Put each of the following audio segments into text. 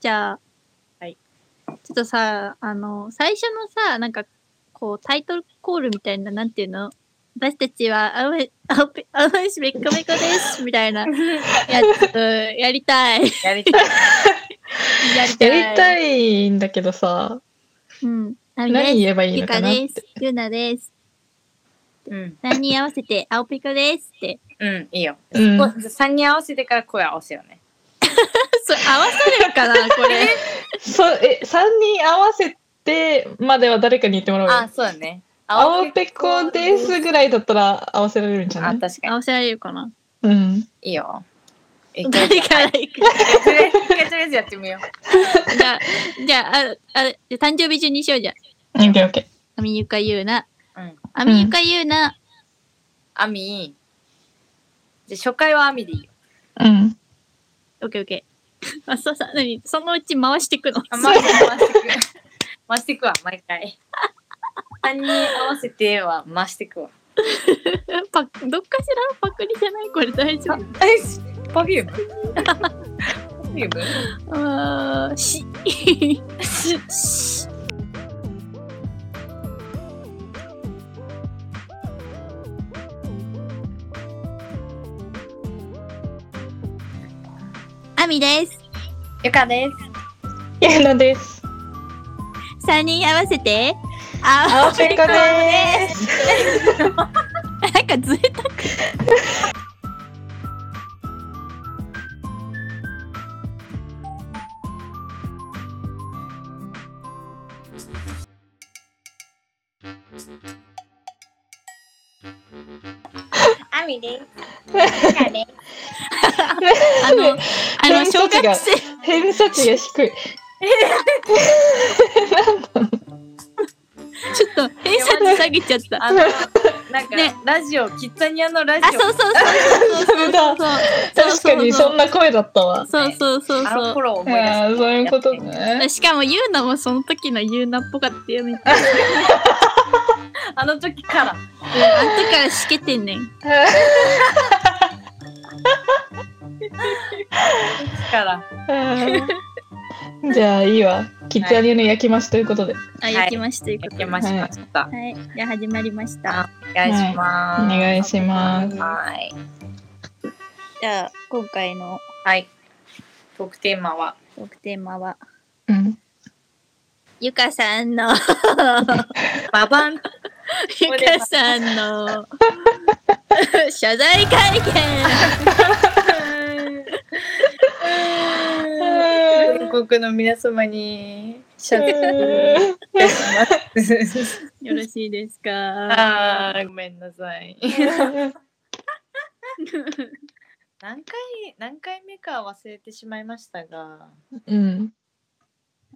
じゃあ、はいちょっとさ、あの、最初のさ、なんか、こう、タイトルコールみたいな、なんていうの私たちは、青い、青ペ青いし、べっこべこですみたいな、や つ、やりたい。やりたい。やりやりたいんだけどさ、うん。ナミ何です。言えばいいゆのかかなっですて。。ゆうなです。うん。何に合わせて、青ペコです って。うん、いいよ。うんこう3人合わせてから声合わせようね。そう、合わせれるかな、これ。そうえ3人合わせてまでは誰かに言ってもらおうあよ、そうだね。青ペコですぐらいだったら合わせられるんじゃなあ、い確か合に。わせられるかな。うんいいよ。え、とりあえず誰から行く一回とりあえずやってみよう。じゃあ、じゃあ、あ、あ、じゃあ誕生日順にしようじゃん。オッケーオッケアミユカユーナ。うん。アミユカユーナ、アミじゃあ初回はアミでいいよ。ーうんオッケーオッケー。 あ、そうさ、なに、そのうち回してくの。あ、回して回してく。回してくわ、毎回。3人合わせては回してくわ。 パクどっかしらパクリじゃないこれ大丈夫。え、パフュームパフュームあー、し、 し、アミです。ゆかです。ゆうなです三人合わせて。あ、青ペコですなんかずれた。アミです。ゆかです。あの、あの偏差小値学が生。偏差値が低いちょっと偏差値下げちゃった。 あの、なんか、ねラジオ、キッザニアのラジオ。あ、そうそうそうそうそうそうそう。確かにそんな声だったわそうそうそうあのそう。頃を思い出した。あーそういうことねしかもユうナもその時のユうナっぽかったよね。あの時から。あんたからしけてんねん。から。うんじゃあいいわキッザニアの焼き増しということであ、い焼きましたというこ焼とけで。ましました。はい、じゃあ始まりましあた。お願いしまおす。願いしますはい。じゃあ今回のはい。トークテーマは、トークテーマは、うん ゆかさんの、ババンゆかさん の、謝罪会見全国の皆様に 謝罪いたします。よろしいですかあーごめんなさい。何回何回目か忘れてしまいましたが、うん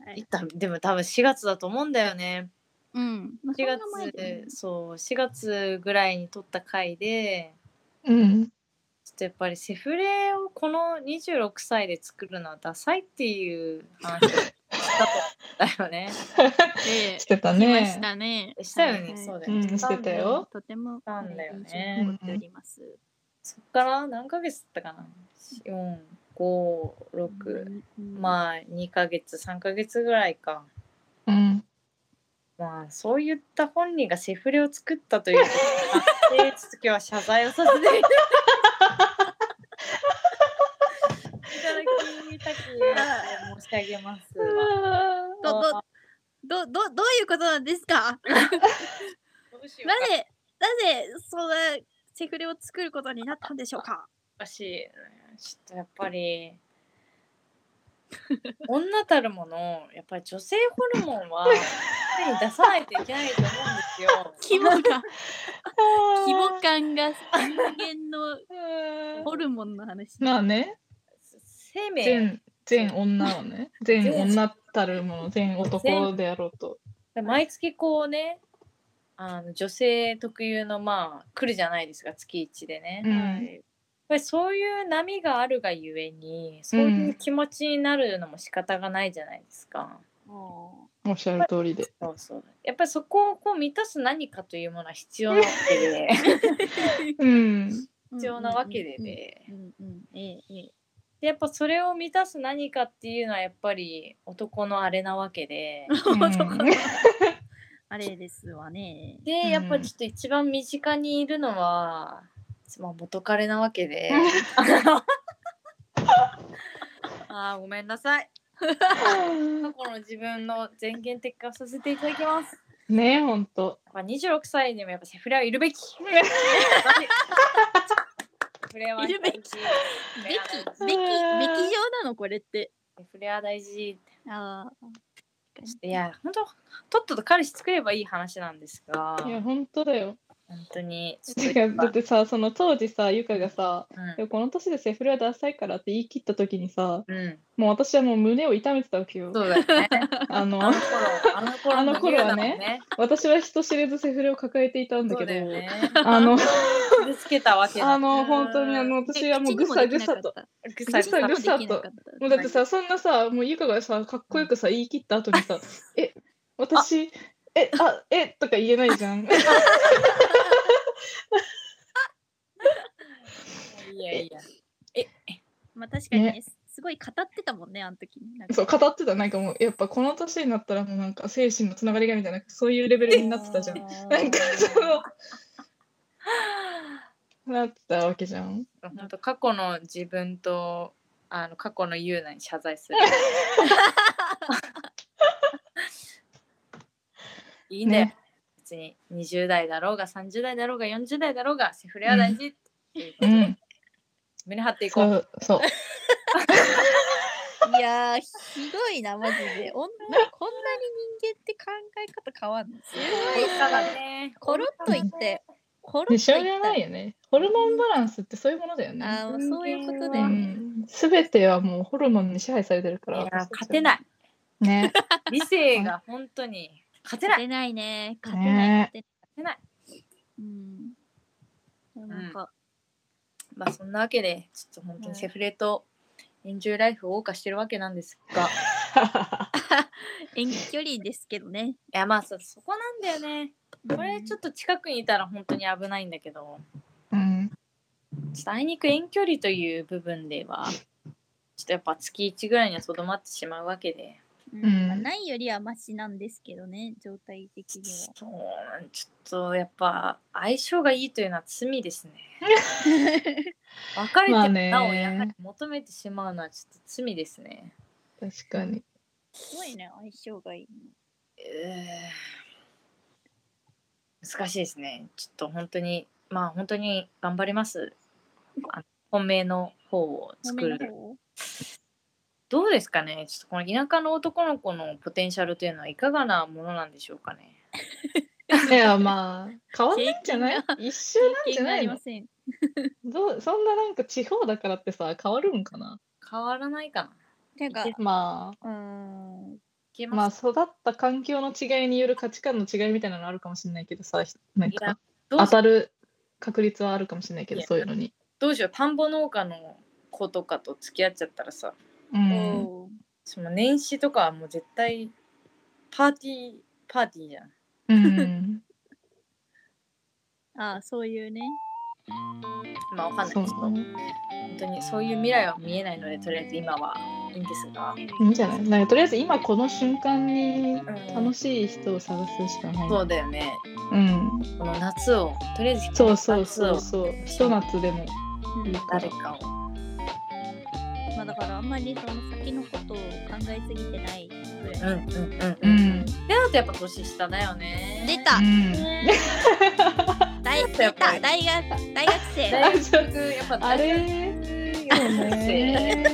はいいったでも多分4月だと思うんだよね。 うん。まあそ4んな前だよね月そう4月ぐらいに撮った回で、うんちょっとやっぱりセフレをこの26歳で作るのはダサいっていう話をしたとだよね。ええしてた来まねしたね。したよね、はいはいそうだうよね。んしてたよとてもたんだよね印象に残っております。そっから何ヶ月だったかな4 5 6あ、まあ2ヶ月3ヶ月ぐらいか。うんまあそういった本人がセフレを作ったということでちょっと今日は謝罪をさせていただきたく申し上げます。ど、ど、ど、ど、どういうことなんですか。なぜ、どうしようなかぜ、そんなセフレを作ることになったんでしょうか。おかしいちょっとやっぱり女たるものやっぱり女性ホルモンは常に出さないといけないと思うんです規よ。模が、規模感が人間のホルモンの話。まあね生命全全女をね全女たるもの全男であろうと毎月こうねあの女性特有のまあ来るじゃないですか月1でね。うやっぱんりそういう波があるがゆえにそういう気持ちになるのも仕方がないじゃないですか。おっしゃる通りでそうそうやっぱりそこをこう満たす何かというものは必要なわけで ううんん必要なわけでね、うんうん。ええ、ええ。でやっぱそれを満たす何かっていうのはやっぱり男のあれなわけであれですわね。でやっぱちょっと一番身近にいるのは、まあ、元彼なわけで ああごめんな さい過去の自分の全言撤回をさせていただきますうんねえ、ほんと。やっぱ26歳でもやっぱセフレはいるべ き。セフレはいるべきべき、大事べき、べき上なのこれって。セフレは大事。ああ。いや、本当とっとと彼氏作ればいい話なんですが、いや、本ほんとだよ。当に。ちょてっとやかっぱだってさ、その当時さ、ゆかがさ、うんいやこの年でセフレはダサいからって言い切った時にさ、うん、もう私はもう胸を痛めてたわけよ。そうだよね。ああのの、頃、あの頃あの頃はね言うだもん私は人知れずセフレを抱えていたんだそけうど、だよね。あの、傷つけたわけだ。あの、本当にあの、私はもうぐさぐさと。ぐさぐさぐぐささとと。もうだってさ、そんなさ、もうゆかがさ、かっこよくさ、言い切った後にさ、え、私、え、あ、え、とか言えないじゃん。いやいや。まあ確かにねねすごい語ってたもんね、あの時に。なんかそう、語ってた。なんかもう、やっぱこの年になったらもうなんか精神のつながりがみたいな、そういうレベルになってたじゃん。なんかその、なってたわけじゃん。本当過去の自分とあの過去のユーナに謝罪す る。いいんだよ、ね別に20代だろうが30代だろうが40代だろうがセフレは大事っていうことうで、ん。胸張っていこ。そうう、そう。いやー、ひどいな、マジで。おんなんかこんなに人間って考え方変わんのすごいだからさ、ねコロッと言って、コロね、ッしとょうが言っないたよね。ホルモンバランスってそういうものだよね。あーそういうことだうよね。ん。すべてはもうホルモンに支配されてるかいら。や勝てない。い。ね。理性が本当に勝てな勝い。てないね。勝てない。ね勝て勝てない。うん。なんか、まあそんなわけでちょっと本当にセフレとエンジョイライフを謳歌してるわけなんです が。遠距離ですけどね。いやまあそそこなんだよね。これちょっっと近くにいたら本当に危ないんだけど、うん。ちょっとあいにく遠距離という部分では、ちょっとやっぱ月1ぐらいにはとどまってしまうわけで、と、うんまあないよりはマシなんですけどね、状態的には。そうなんちょっとやっぱ相性がいいというのは罪です ね。別れまあてもねなおやはり求めてしまうのはちょっと罪ですね。確かに。すごいね、相性がいいの。えー難しいですね。ちょっと本当に、まあ本当に頑張ります。あの本命の方を作る。方どうですかねちょっとこの田舎の男の子のポテンシャルというのはいかがなものなんでしょうかねいや、まあ、変わんないんじゃない一周なんじ験ゃがなあいりのません。どうそんななんか地方だからってさ、変わるんかな変わらないかなてか、いけうまーん、いけあ、まあ、ます、育った環境の違いによる価値観の違いみたいなのあるかもしれないけどさ、なんいやか、どう当しようたる確率はあるかもしれないけど、いやそういうのに。どうしよう田んぼ農家の子とかと付き合っちゃったらさうん。おーその年始とかはもう絶対パーティーパーティーじゃんうん。ああ、そういうね。まあわかんないそでうすけどそう。本当にそういう未来は見えないのでとりあえず今はいいんですが、いいんじゃないなんかとりあえず今この瞬間にうん楽しい人を探すしかない。そうだよねうん。この夏をとりあえずそうそうそうそう。ひと夏でもういんいから誰。かをまあだからあんまりその先のことを考えすぎてないぐうらんい。うんうんううんん。であとやっぱ年下だよね。出たう、ん。ね大出た大学大学生大学やっぱあ大学れ生ね。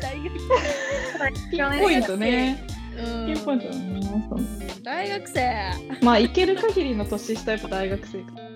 大学ピンポイントね。ピンポイントだね。大学生まあ、行ける限りの年下やっぱ大学生か。